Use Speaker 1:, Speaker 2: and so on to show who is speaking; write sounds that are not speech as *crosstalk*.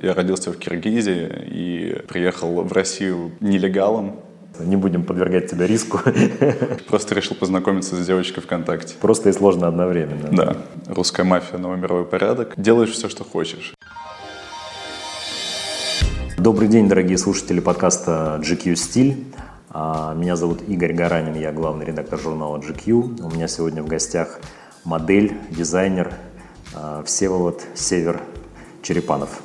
Speaker 1: Я родился в Киргизии и приехал в Россию нелегалом.
Speaker 2: Не будем подвергать тебя риску. *laughs*
Speaker 1: Просто решил познакомиться с девочкой ВКонтакте.
Speaker 2: Просто и сложно одновременно.
Speaker 1: Да, русская мафия, новый мировой порядок. Делаешь все, что хочешь.
Speaker 2: Добрый день, дорогие слушатели подкаста GQ Стиль. А, Меня зовут Игорь Гаранин, я главный редактор журнала GQ. У меня сегодня в гостях модель, дизайнер а, Всеволод Север Черепанов.